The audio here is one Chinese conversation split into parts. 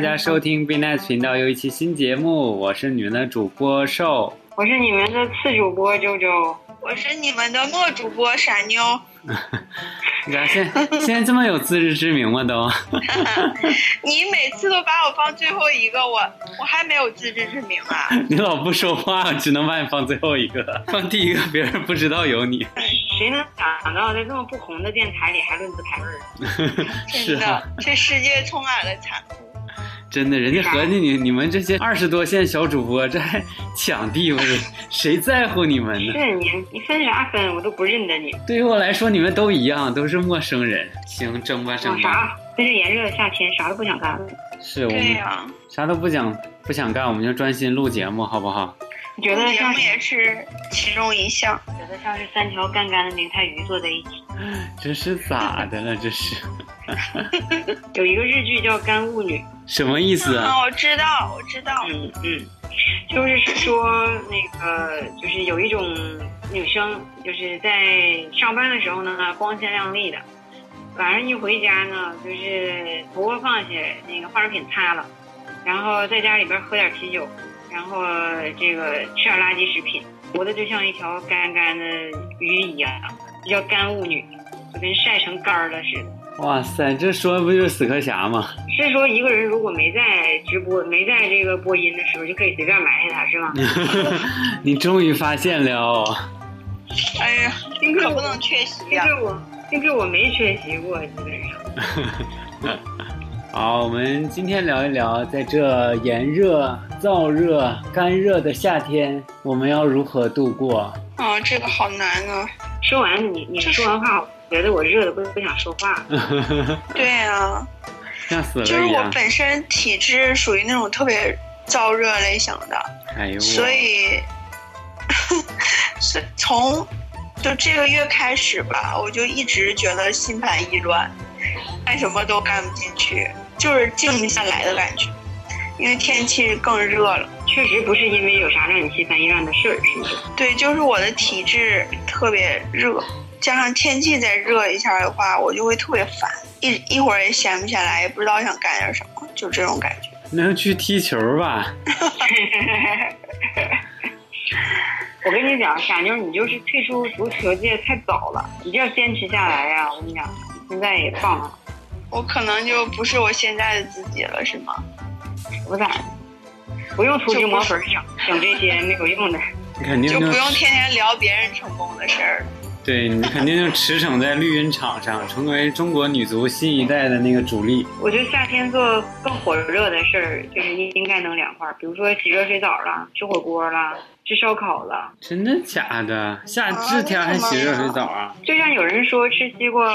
家收听 B Nice 频道又一期新节目，我是你们的主播瘦，我是你们的次主播周周，我是你们的末主播傻妞。你看哎现在现在这么有自知之明吗？都， 你每次都把我放最后一个，我我还没有自知之明啊！你老不说话，只能把你放最后一个，放第一个别人不知道有你。 谁能想到在这么不红的电台里还论资排辈儿？是真的，啊，这世界充满了残酷。真的，人家合计你你们这些二十多线小主播这还抢地位，谁在乎你们呢？是你，你分啥分？我都不认得你，对于我来说，你们都一样，都是陌生人。行，争吧我争吧，啥？在这炎热的夏天，啥都不想干了。是我对们呀、啥都不想不想干，我们就专心录节目，好不好？你觉得节像目也是其中一项。觉得像是三条干干的明太鱼坐在一起。这是咋的了？这是有一个日剧叫《干物女》，什么意思啊？嗯，我知道，我知道。嗯嗯，就是说那个就是有一种女生，就是在上班的时候呢光鲜亮丽的，晚上一回家呢就是头发放下，那个化妆品擦了，然后在家里边喝点啤酒，然后这个吃点垃圾食品，活的就像一条干干的鱼一样，就叫干物女，就跟晒成干儿了似的。哇塞，这说不就是死磕侠吗？ 是说一个人如果没在直播、没在这个播音的时候，就可以随便埋汰他，是吗？你终于发现了哦，哎呀，幸亏可我不能缺席幸呀、亏我幸亏我没缺席过，基本上。好，我们今天聊一聊，在这炎热、燥热、干热的夏天，我们要如何度过？啊，这个好难啊。说完你你这是说完话，我觉得我热的不不想说话。对啊，像死就是了一我样。本身体质属于那种特别燥热类型的，哎呦，所以，所以从就这个月开始吧，我就一直觉得心烦意乱，干什么都干不进去，就是静不下来的感觉。因为天气更热了，确实不是因为有啥让你心烦意乱的事儿，是不是？对，就是我的体质特别热，加上天气再热一下的话，我就会特别烦，一 一会儿也闲不下来，也不知道想干点什么，就这种感觉。能去踢球吧？ 我跟你讲，傻妞，你就是退出足球界太早了，你这要坚持下来呀、我跟你讲，你现在也棒了。我可能就不是我现在的自己了，是吗？我咋不用涂脂抹粉整整这些没有用的？肯定就不用天天聊别人成功的事儿了。对你肯定就驰骋在绿茵场上，成为中国女足新一代的那个主力。我觉得夏天做更火热的事儿，就是应应该能凉快儿，比如说洗热水澡啦，吃火锅啦，吃烧烤啦。真的假的？夏啊这天还洗热水澡啊？就像有人说吃西瓜，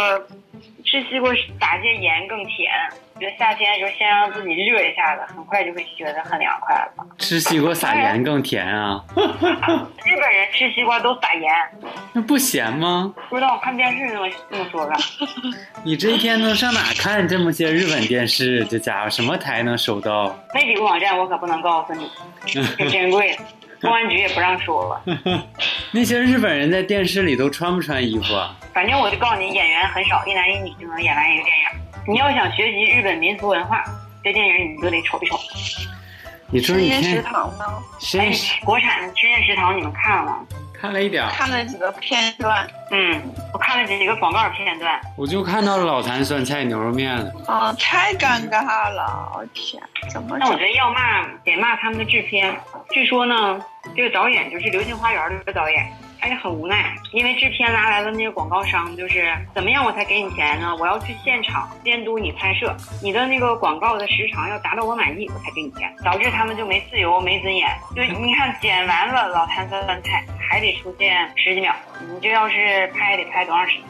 吃西瓜打些盐更甜。我觉得夏天的时候先让自己热一下子，很快就会觉得很凉快了。吃西瓜撒盐更甜啊？日本人吃西瓜都撒盐，那不咸吗？不知道我看电视那么那么说的。你这一天能上哪看这么些日本电视？这家伙什么台能收到？那几个网站我可不能告诉你，挺珍贵的，公安局也不让说了。那些日本人在电视里都穿不穿衣服啊？反正我就告诉你，演员很少，一男一女就能演完一个电影。你要想学习日本民俗文化，这电影你就得瞅一瞅。你说深你夜食天堂呢，哎谁，国产的《深夜食堂》你们看了吗？看了一点儿，看了几个片段嗯，我看了几个广告片段，我就看到老坛酸菜牛肉面了。啊，太尴尬了，我天，怎么但我整觉？得要骂得骂他们的制片。据说呢，这个导演就是《流星花园》的导演，他就很无奈，因为制片拉来了那个广告商，就是怎么样我才给你钱呢？我要去现场监督你拍摄，你的那个广告的时长要达到我满意，我才给你钱，导致他们就没自由、没尊严。就你看，剪完了老坛酸菜，还得出现十几秒，你这要是拍得拍多长时间？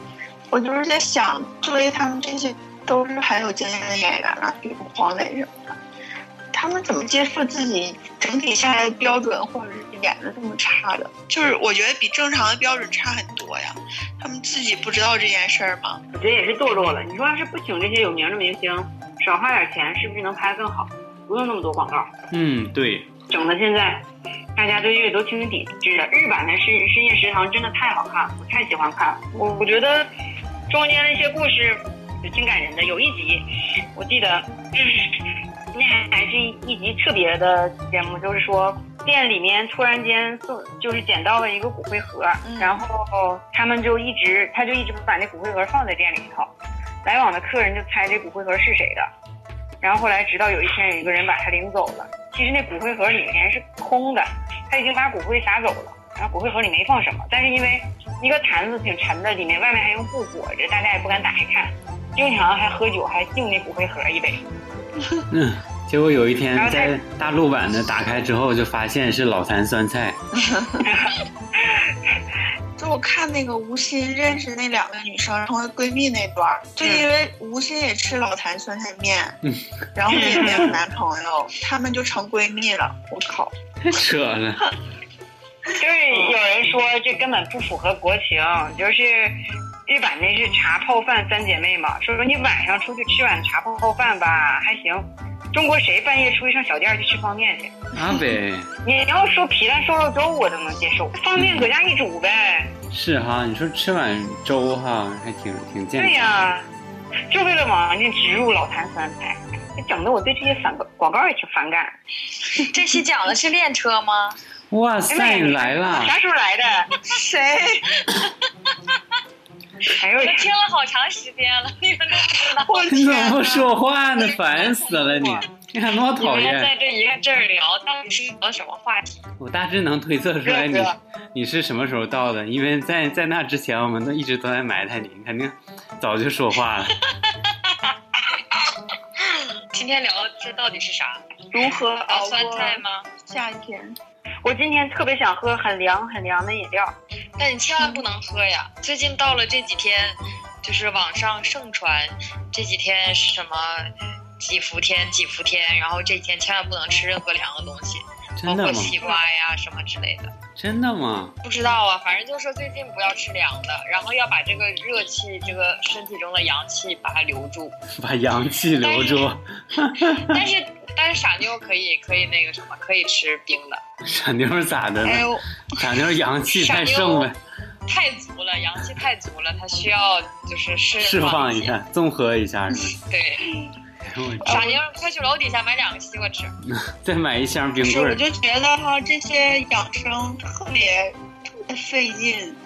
我就是在想，作为他们这些都是很有经验的演员了，比如黄磊什么的，他们怎么接受自己整体下来的标准，或者是演的这么差的？就是我觉得比正常的标准差很多呀，他们自己不知道这件事儿吗？我觉得也是堕落了。你说要是不请这些有名的明星，少花点钱，是不是能拍得更好？不用那么多广告，嗯，对，整的现在大家对乐都挺有抵制的。日版的深深夜食堂真的太好看了，我太喜欢看了。我我觉得中间那些故事挺感人的，有一集我记得。嗯 那还是一一集特别的节目，就是说店里面突然间送，就是捡到了一个骨灰盒，嗯然后他们就一直，他就一直把那骨灰盒放在店里头，来往的客人就猜这骨灰盒是谁的，然后后来直到有一天有一个人把它领走了，其实那骨灰盒里面是空的，他已经把骨灰撒走了。然后骨灰盒里没放什么，但是因为一个坛子挺沉的，里面外面还用布裹着，大家也不敢打开看。经常还喝酒，还敬那骨灰盒一杯。嗯，结果有一天然后他在大陆版的打开之后，就发现是老坛酸 菜。就我看那个吴昕认识那两个女生成为闺蜜那段儿，嗯就因为吴昕也吃老坛酸菜面，嗯然后也没有男朋友，她们就成闺蜜了。我 靠，扯了，就是有人说这根本不符合国情，就是日版那是茶泡饭三姐妹嘛，说说你晚上出去吃碗茶泡泡饭吧还行，中国谁半夜出去上小店去吃方便去？阿北你要说皮蛋瘦肉粥我都能接受，方便搁家一煮呗。是哈，你说吃碗粥哈，还挺挺健对康。呀、就为了往人家植入老坛酸菜，这整的我对这些反广告也挺反感。这期讲的是练车吗？哇哎塞，妹你来啦！啥时候来的？谁？ 哎呦我， 听了好长时间了，你们都不知道。我你怎么天不哪说话呢？烦死了你哇！你咋那么讨你们厌在？这一个劲儿聊，到底是聊什么话题？我大致能推测出来你热热你是什么时候到的，因为在在那之前，我们都一直都在埋汰你，你肯定早就说话了。今天聊的这到底是啥？如何聊熬酸过菜吗？夏天？我今天特别想喝很凉很凉的饮料，但你千万不能喝呀！最近到了这几天，就是网上盛传这几天是什么几伏天几伏天，然后这几天千万不能吃任何凉的东西，包真的括吗？西瓜呀什么之类的。真的吗？不知道啊，反正就是说最近不要吃凉的，然后要把这个热气，这个身体中的阳气把它留住。把阳气留住，但是但是傻妞可以可以那个什么，可以吃冰的，傻妞儿咋的哎呢？呦，傻妞儿阳气太盛了，太足了，阳气太足了，它需要就是释释放一下。下，综合一下是吧？对，哎呦我傻妞，快去楼底下买两个西瓜吃。再买一箱冰是棍我儿。就觉得哈，这些养生特别特别费劲，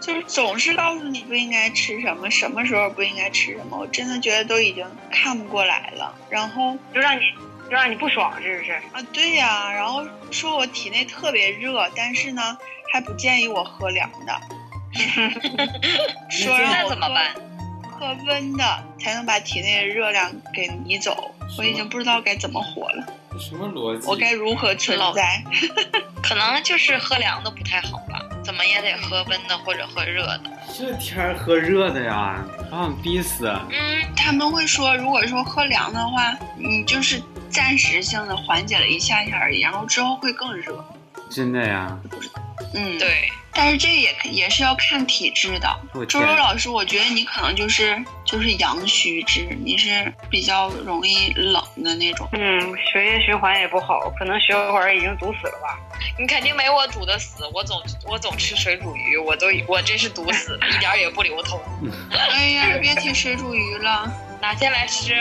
就是总是告诉你不应该吃什么，什么时候不应该吃什么，我真的觉得都已经看不过来了。然后就让你就让你不爽，是不是？啊，对呀、然后说我体内特别热，但是呢，还不建议我喝凉 的，说让那我怎么喝办？喝温的才能把体内的热量给移走。我已经不知道该怎么活了，什么逻我该如何存在？可能就是喝凉的不太好吧，怎么也得喝温的或者喝热的。这天儿喝热的呀，把我逼死！嗯，他们会说，如果说喝凉的话，你就是暂时性的缓解了一下下而已，然后之后会更热。真的呀，嗯，。对，但是这也也是要看体质的。我周天周，老师，我觉得你可能就是就是阳虚之，你是比较容易冷的那 种。嗯，血液循环也不好，可能血管已经堵死了吧。你肯定没我煮的死，我总我总吃水煮鱼，我都我真是堵 死，一点儿也不流通。哎呀，别提水煮鱼了，哪天来 吃？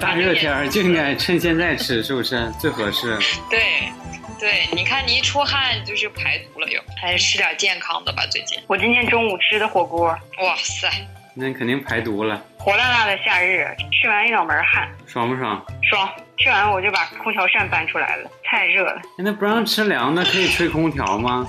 大热天儿就应该趁现在吃，是不是最合适？对，对，你看你一出汗就是排毒了又，还是吃点健康的吧。最近，我今天中午吃的火锅，哇塞，那你肯定排毒了，火辣辣的夏日，吃完一脑门汗，爽不爽？爽！吃完我就把空调扇搬出来了，太热了。哎那不让吃凉的，可以吹空调吗？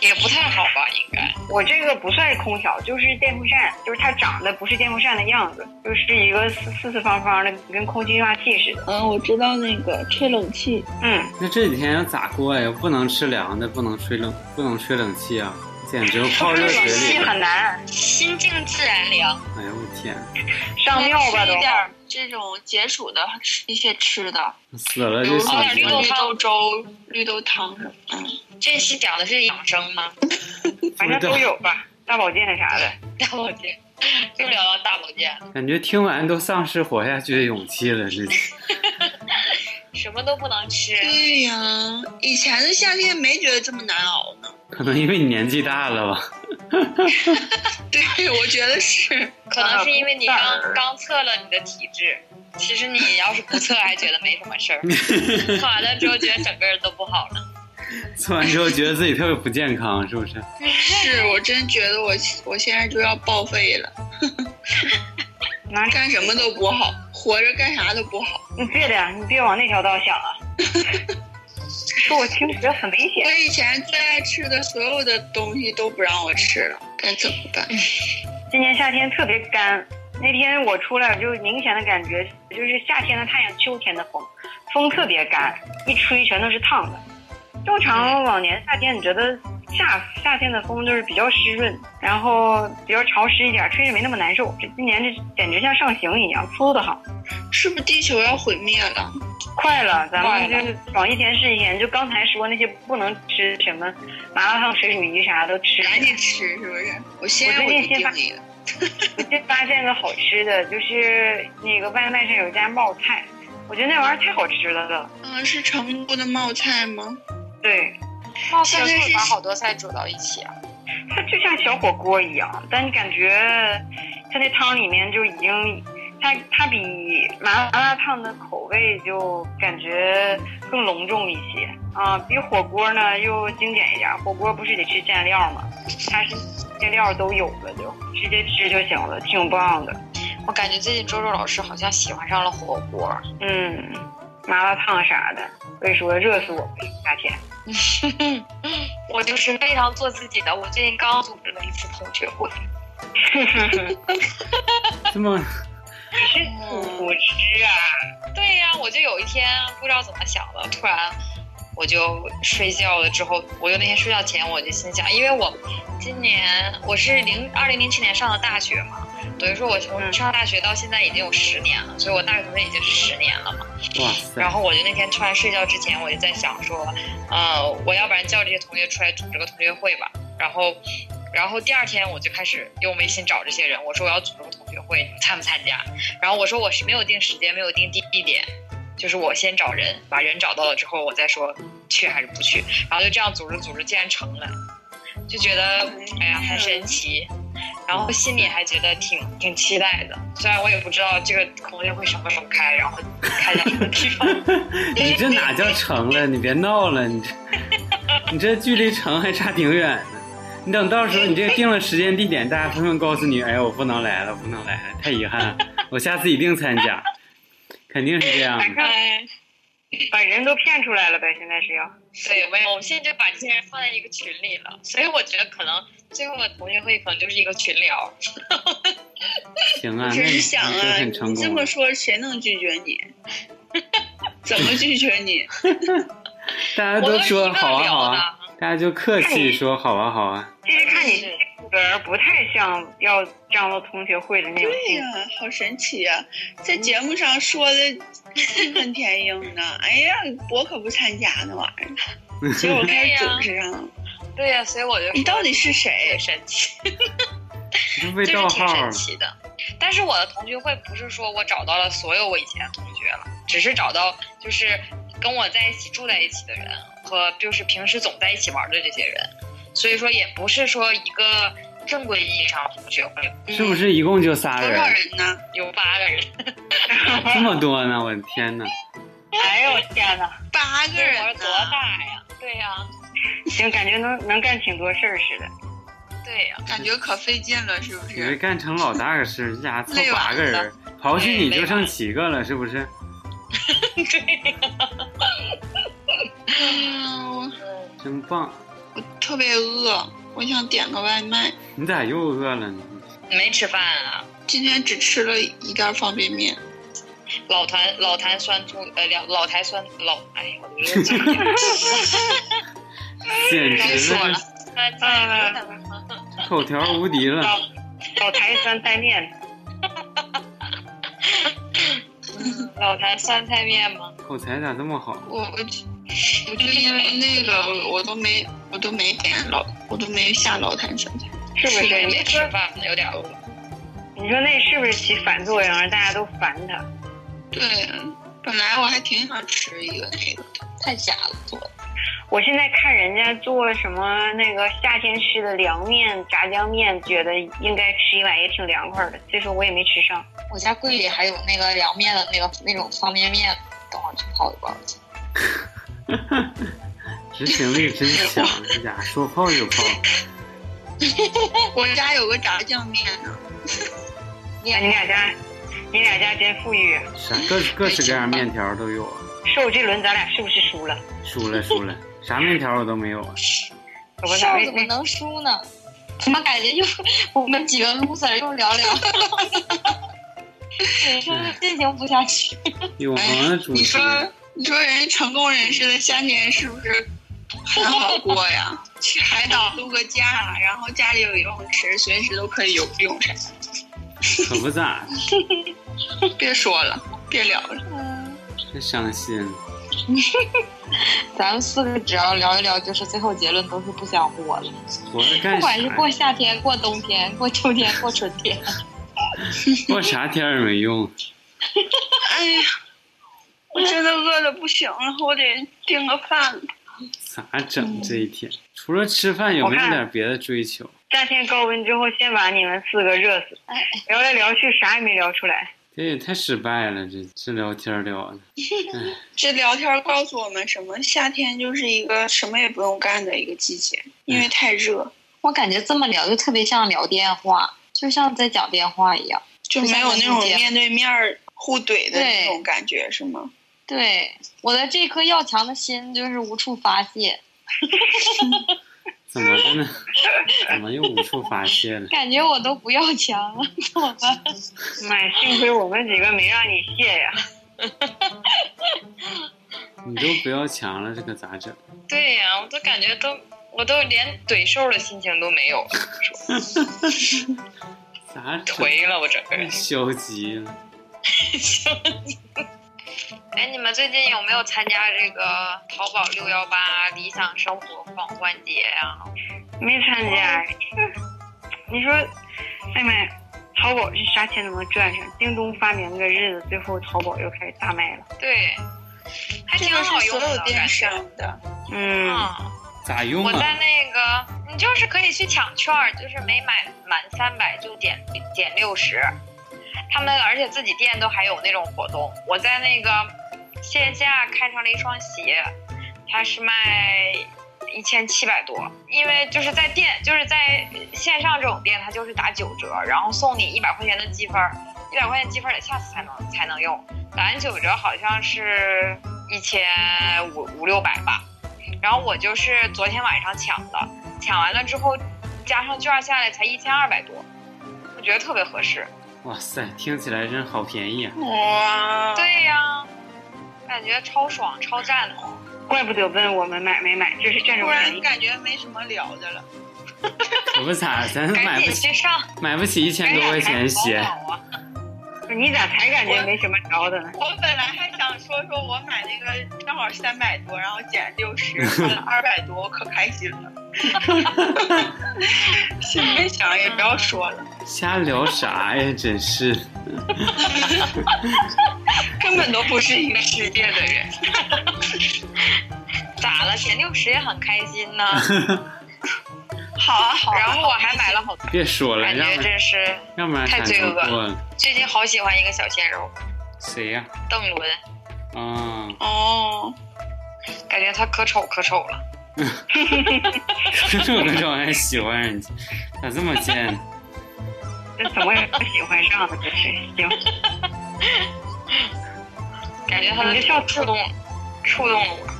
也不太好吧？应该我这个不算空调，就是电风扇，就是它长得不是电风扇的样子，就是一个四四四方方的，跟空气净化器似的。嗯，我知道那个吹冷气，嗯，那这几天要咋过呀？不能吃凉的，不能吹冷，不能吹冷气啊！简直泡热这水冷气里边很难，心静自然凉，哎呦我天，上庙吧吃都一。点儿这种解暑的一些吃的，死了比这如说嗓点子绿了豆绿汤豆粥、绿豆汤什么的。嗯这期讲的是养生吗？哎反正都有吧，大保健啥的。大保健，又聊到大保健，感觉听完都丧失活下去的勇气了。这什么都不能吃。对呀，以前的夏天没觉得这么难熬呢。 可能因为你年纪大了吧？ 对，我觉得是。可能是因为你刚刚测了你的体质，其实你要是不测，还觉得没什么事儿，测完了之后觉得整个人都不好了。测完之后觉得自己特别不健康，是不是？ 是我真觉得我我现在就要报废了，拿干什么都不好，活着干啥都不好。你别的，你别往那条道想 啊。说我听觉很危我险，以前最爱吃的所有的东西都不让我吃了，该怎么办？嗯今年夏天特别干。那天我出来，我就明显的感觉就是夏天的太阳，秋天的风，风特别干，一吹全都是烫的。正嗯常往年夏天，你觉得夏夏天的风就是比较湿润，然后比较潮湿一点，吹着没那么难受。这今年这简直像上刑一样，馊的很。是不是地球要毁灭了？快了，咱快们了就爽一天是一天。就刚才说那些不能吃什么麻辣烫、水煮鱼啥都吃。赶紧吃，是不是？我现在我我最近就新定发一个，我最近发现个好吃的，就是那个外卖上有一家冒菜，我觉得那玩意儿太好吃了。嗯，是成都的冒菜吗？对，冒菜会把好多菜煮到一起啊，它就像小火锅一样，但你感觉它那汤里面就已经，它它比麻辣烫的口味就感觉更隆重一些啊，比火锅呢又经典一点。火锅不是得吃蘸料吗？它是这料都有了就，直接吃就行了，挺棒的。我感觉最近周周老师好像喜欢上了火锅。嗯，麻辣烫啥的，所以说热死我了，夏天。我就是非常做自己的。我最近刚组织了一次同学会，这么是哦嗯主吃啊，对呀、我就有一天不知道怎么想的，突然我就睡觉了之后，我就那天睡觉前我就心想，因为我今年我是零二零零七年上的大学嘛，等于说我我嗯上大学到现在已经有十年了，所以我大学同学已经是十年了嘛。哇塞！然后我就那天突然睡觉之前，我就在想说，呃，我要不然叫这些同学出来组织个同学会吧。然后，然后第二天我就开始用微信找这些人，我说我要组织个同学会，你们参不参加？然后我说我是没有定时间，没有定地地点，就是我先找人，把人找到了之后，我再说去还是不去。然后就这样组织组织，竟然成了，就觉得哎呀很神奇。然后心里还觉得挺挺期待的，虽然我也不知道这个同学会什么时候开，然后开在什么地方。 你这哪叫成了？你别闹了，你这你这距离成还差挺远呢。你等到时候你这定了时间地点，大家纷纷告诉你，哎，我不能来了，不能来了，太遗憾了，我下次一定参加，肯定是这 样的。哎，把人都骗出来了呗，现在是要。对，没有，我们现在就把这些人放在一个群里了，所以我觉得可能最后的同学会可能就是一个群聊。行啊，那真你想你就啊，很成你这功么了。说谁能拒绝你？ 怎么拒绝你？大家都说好啊好我都是一个啊，聊的，大家就客气说好啊好啊。其实看你性格不太像要张罗同学会的那种对性哎呀格。、好神奇呀、在节目上说的义愤填膺的，哎呀，我可不参加那玩意儿， 结果开始组织上了。对呀、所以我就嗯你到底是挺谁？神奇，你 就被就是盗挺号啊神了，奇的。但是我的同学会不是说我找到了所有我以前的同学了，只是找到就是跟我在一起住在一起的人和就是平时总在一起玩的这些人，所以说也不是说一个正规意义上的同学会，是不是一共就仨多人？少人呢？有八个人。这么多呢？我的天哪！哎呦我天哪，八个我说人多呢？大呀？对啊呀、行，感觉能能干挺多事儿似的。对呀、感觉可费劲了，是不你这是？干成老大个事，这家伙凑累完八个人了，刨去你累就完剩了七个了，是不是？对呀、嗯，我真棒！我特别饿，我想点个外卖。你咋又饿了呢？没吃饭啊？今天只吃了一袋方便面，老坛老坛酸醋呃老老台酸老哎我的嘴哎简该直说了了，酸菜面口条无敌了！老老台酸菜面，老坛酸菜面吗？口才咋这么好？ 我我就我就因为那个我我都没我都没点老我都没下老坛酸菜。是不是？没你吃说饭，有点饿。你说那是不是起反作用，让大家都烦他？对，本来我还挺想吃一个那个的，太假了做的。我现在看人家做什么那个夏天吃的凉面、炸酱面，觉得应该吃一碗也挺凉快的，所以说我也没吃上。我家柜里还有那个凉面的那个那种方便面，等会儿去泡一包去。执行力真强， 这家伙说泡就泡。我家有个炸酱面呢，你哎你俩家，你俩家真富裕啊。啥各各式各样面条都有啊，瘦这轮咱俩是不是输了？输了输了，啥面条我都 没有啊。我们瘦俩怎么能输呢？怎么感觉又我们几个 loser 又聊聊，人生进行不下去。有哎朋友主哎你持说，你说人家成功人士的夏天是不是很好过呀？ 去海岛度个假，然后家里有游泳池，随时都可以游泳。可不咋，别说了，别聊了，嗯，真伤心。咱们四个只要聊一聊，就是最后结论都是不相活的，活着不干啥管是呀？过夏天、过冬天、过秋天、过春天，过啥天儿也没用。哎呀，我真的饿的不行了，我得订个饭。咋嗯整这一天？除了吃饭，有没有点别的追求？夏天高温之后，先把你们四个热死，哎聊来聊去啥也没聊出来。这也太失败了，这这聊天啊聊的，这聊天告诉我们什么？夏天就是一个什么也不用干的一个季节，因为太热，我感觉这么聊就特别像聊电话，就像在讲电话一样。就没有那种面对面儿互怼的那种感觉，是吗？对，我的这颗要强的心就是无处发泄，怎么的呢？怎么又无处发泄了？感觉我都不要强了， 怎么办？妈呀，幸亏我们几个没让你谢呀！你都不要强了，这可咋整？对呀、我都感觉都，我都连怼兽的心情都没有，咋整？颓了我整个太。消极了。哎，你们最近有没有参加这个淘宝六幺八理想生活狂欢节呀、没参加。你说，哎妈呀，淘宝这啥钱都能赚上。京东发明这日子，最后淘宝又开始大卖了。对，还这挺个好是用所的有电感觉。商的，嗯，嗯，咋用我在啊？那个，你就是可以去抢券儿，就是每买满三百就减减六十。他们而且自己店都还有那种活动。我在那个线下看上了一双鞋，它是卖一千七百多，因为就是在店就是在线上这种店，它就是打九折，然后送你一百块钱的积分儿，一百块钱积分儿得下次才能才能用，打完九折好像是一千五五六百吧。然后我就是昨天晚上抢的，抢完了之后加上券儿下来才一千二百多，我觉得特别合适。哇塞，听起来真好便宜啊！哇，对呀、感觉超爽超赞的。哦怪不得问我们买没买，这是占着突便然宜。感觉没什么聊的了。可不咋，咱赶嗯买不紧起，去上，买不起一千多块钱鞋赶紧，上淘宝啊你咋才感觉没什么聊的呢？我本来还想说说我买那个正好三百多，然后减六十，换 了二百多，我可开心了。心里面想也不要说了，瞎聊啥呀？真是，根本都不是一个世界的人。 咋了？减六十也很开心 呢。好啊好啊，然后我还买了好多，别说了，感让觉人真是让不然太感罪情恶了过了。最近好喜欢一个小鲜肉谁呀？邓伦，啊， 哦，感觉他可丑可丑了。这首歌我还喜欢人家，咋这么贱呢？这怎么也不喜欢上了，这是行。感觉他的你这笑触动 触动了我。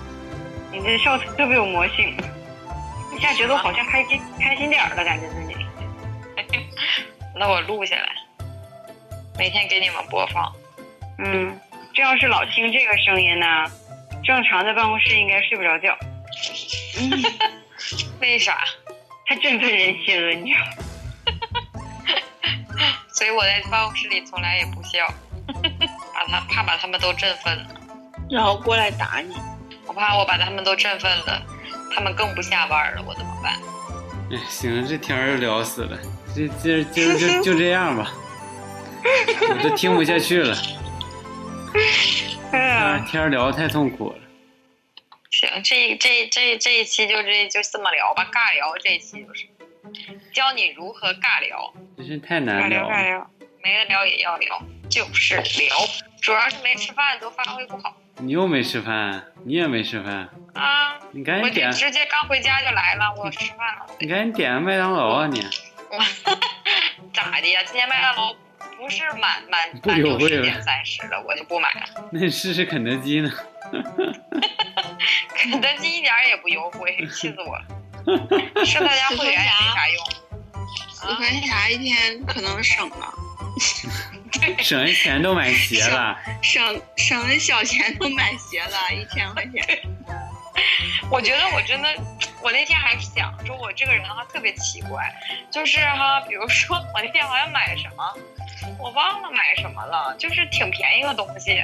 你这笑特别有魔性，一下觉得好像开心开心点儿了，感觉自己。那我录下来，每天给你们播放。嗯，这要是老听这个声音呢，正常在办公室应该睡不着觉，为啥？太振奋人心了，你知道吗。所以我在办公室里从来也不笑， 把他怕把他们都振奋了，然后过来打你，我怕我把他们都振奋了，他们更不下班了，我怎么办？ 哎，行，这天儿又聊死了，这这今儿就就这样吧，我都听不下 去了，哎呀啊，天儿聊得太痛苦了。行，这这这这一期就这就这么聊吧，尬聊这一期就是教你如何尬聊，真是太哎尬难聊聊尬了。聊，没得聊也要聊，就是聊，主要是没吃饭都发挥不好你又没吃饭，你也没吃饭，啊。你赶我紧这哎点，直接刚回家就来了，我吃饭了，你赶紧点个麦当劳啊你！ 咋的呀？今天麦当劳不是满满不满优六惠十了点三十了，我就不买了。 那你试试肯德基呢？肯德基一点儿也不优惠，气死 我了。是他家会员也没啥用。我啊，看啥一天可能省了，省下钱都买鞋了，省省的小钱都买鞋了，一千块钱。我觉得我真的，我那天还想说，我这个人哈特别奇怪，就是哈，比如说我那天好像买什么，我忘了买什么了，就是挺便宜的东西，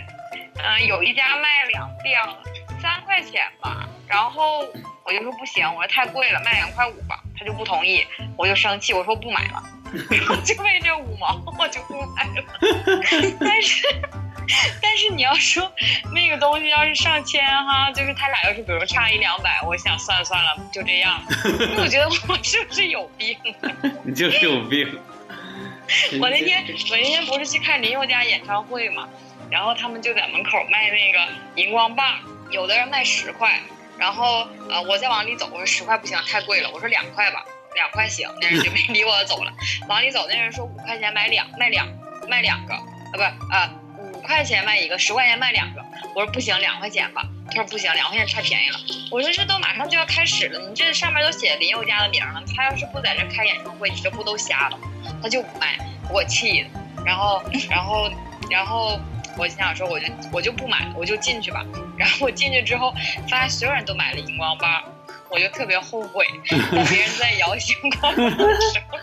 嗯、有一家卖两两三块钱吧，然后我就说不行，我说太贵了，卖两块五吧，他就不同意，我就生气，我说不买了， 然后就为这五毛我就不买了，但是。 但是你要说 那个东西要是上千哈，就是他俩要是比如差一两百，我想算了算了，就这样。因为我觉得我是不是有病？你就是有病。 我那天我那天不是去看林宥嘉演唱会嘛，然后他们就在门口卖那个荧光棒，有的人卖十块，然后呃我再往里走，我说十块不行，太贵了，我说两块吧，两块行，那人就没理我走了。往里走，那人说五块钱买两卖两卖两个，啊不是啊五块钱卖一个，十块钱卖两个。我说不行，两块钱吧。他说不行，两块钱太便宜了。我说这都马上就要开始了，你这上面都写林宥嘉的名了，他要是不在这开演唱会，你这不都瞎了？他就不卖，我气的。然后，然后，然后我心想说，我就我就不买，我就进去吧。然后我进去之后，发现所有人都买了荧光棒，我就特别后悔，当别人在摇荧光棒的时候，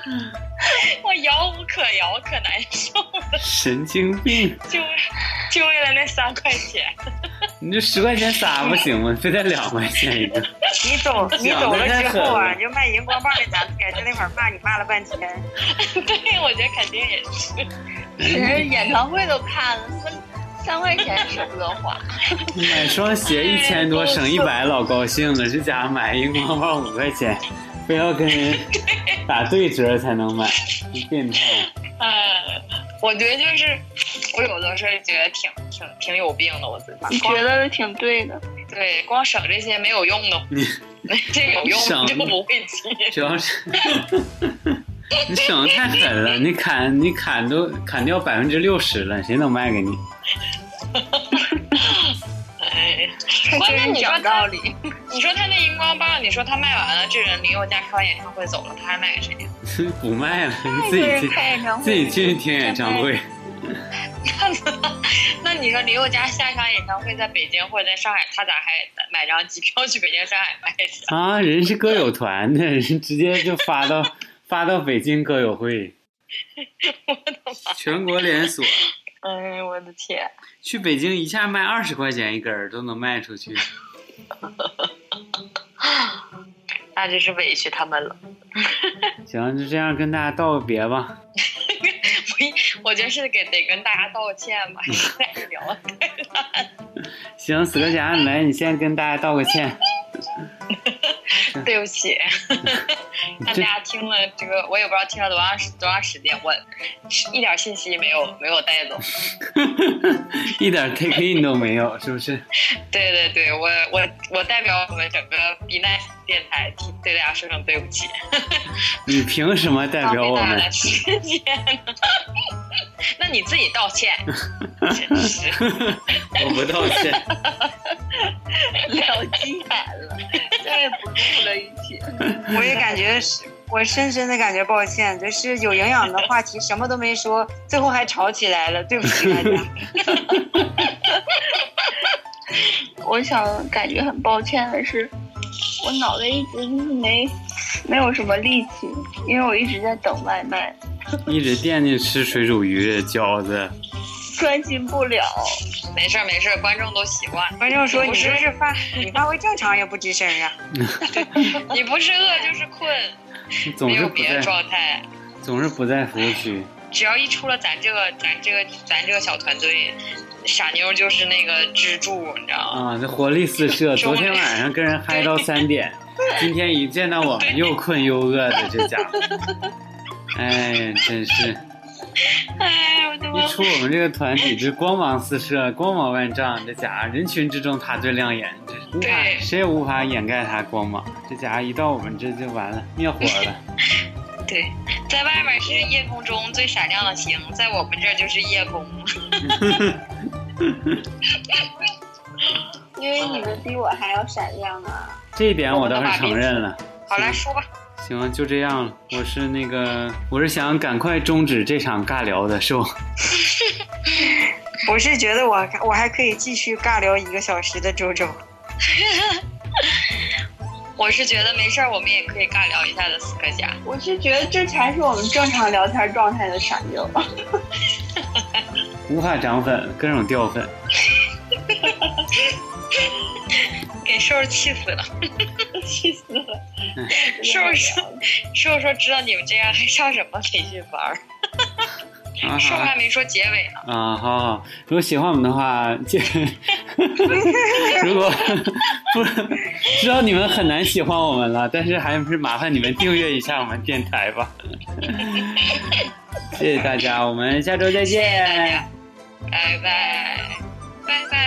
我遥无可遥，可难受了，神经病，就就为了那三块钱。 你这十块钱撒不行吗？非得两块钱一个。你走你走了想得之后太狠啊，了你就卖荧光棒那男的在那块儿骂你骂了半天，对，我觉得肯定也是。人演唱会都看了，三块钱舍不得花。买双鞋一千多，省一百，老高兴了。这家伙买荧光棒五块钱，非要跟人打对折才能买，变态！嗯，我觉得就是，我有的时候觉得挺挺挺有病的，我自你己。觉得挺对的，对，光省这些没有用的你，这有用省就不会记。 主要是你省得太狠了，你砍你砍都砍掉百分之六十了，谁能卖给你？ 哎，还关真键是你说讲他道，理。你说他那荧光棒，你说他卖完了，这人林宥嘉开完演唱会走了，他还卖给谁呀？不卖了，你自己去演唱自己去听演唱会。那你说林宥嘉下一场演唱会在北京或者在上海，他咋还买张机票去北京、上海卖去？啊，人是歌友团的，人直接就发到发到北京歌友会，全国连锁， 哎，我的天！去北京一下卖二十块钱一根儿都能卖出去。那真是委屈他们了。行，就这样跟大家道个别吧。我觉得是给得跟大家道歉 吧，实在是聊得太烂。行，死磕侠，你来，你先跟大家道个歉。 对不起，让大家听了这个，我也不知道听了多长时多长时间，我一点信息没有没有带走。一点 take in 都没有，是不是？对对对，我我我代表我们整个 B Nice 电台替对大家说声对不起，你凭什么代表我浪费大们家？的时间了。 那你自己道歉，真是 我不道 歉。聊急眼了，再也不录了，一起。我也感觉是，我深深的感觉抱歉，就是有营养的话题什么都没说，最后还吵起来了，对不起大家。我想感觉很抱歉的是，我脑袋一直就是没没有什么力气，因为我一直在等外卖，一直惦记吃水煮鱼、饺子，专心不了。没事儿没事儿，观众都习惯。观众说你不是这是发你发挥正常也不吱声啊，你不是饿就是困，总没是有不别的在，状态。总是不在服务区。只要一出了咱这个咱这个咱这个小团队，傻妞就是那个支柱，你知道吗？啊，这活力四射，中昨天晚上跟人嗨到三点，今天一见到我们又困又饿的，这家伙，哎，真是哎，我的一妈！出我们这个团体就光芒四射，光芒万丈，这家伙人群之中他最亮眼，这是无法对谁也无法掩盖他光芒，这家伙一到我们这就完了，灭火了。对，在外面是夜空中最闪亮的星，在我们这儿就是夜空。因为你们比我还要闪亮啊！这一点我倒是承认了。好了，说吧，行，就这样了。我是那个，我是想赶快终止这场尬聊的，是我。我是觉得我我还可以继续尬聊一个小时的周周。我是觉得没事儿，我们也可以尬聊一下的。斯科家，我是觉得这才是我们正常聊天状态的闪耀。 无法涨粉，各种掉粉。给瘦瘦气死了。气死了！是不是瘦瘦知道你们这样还上什么培训班儿？啊瘦好还没说结尾呢。啊，好好。如果喜欢我们的话，记 如果不知道你们很难喜欢我们了，但是还是麻烦你们订阅一下我们电台吧。谢谢大家，我们下周再见。谢谢大家，拜拜，拜拜。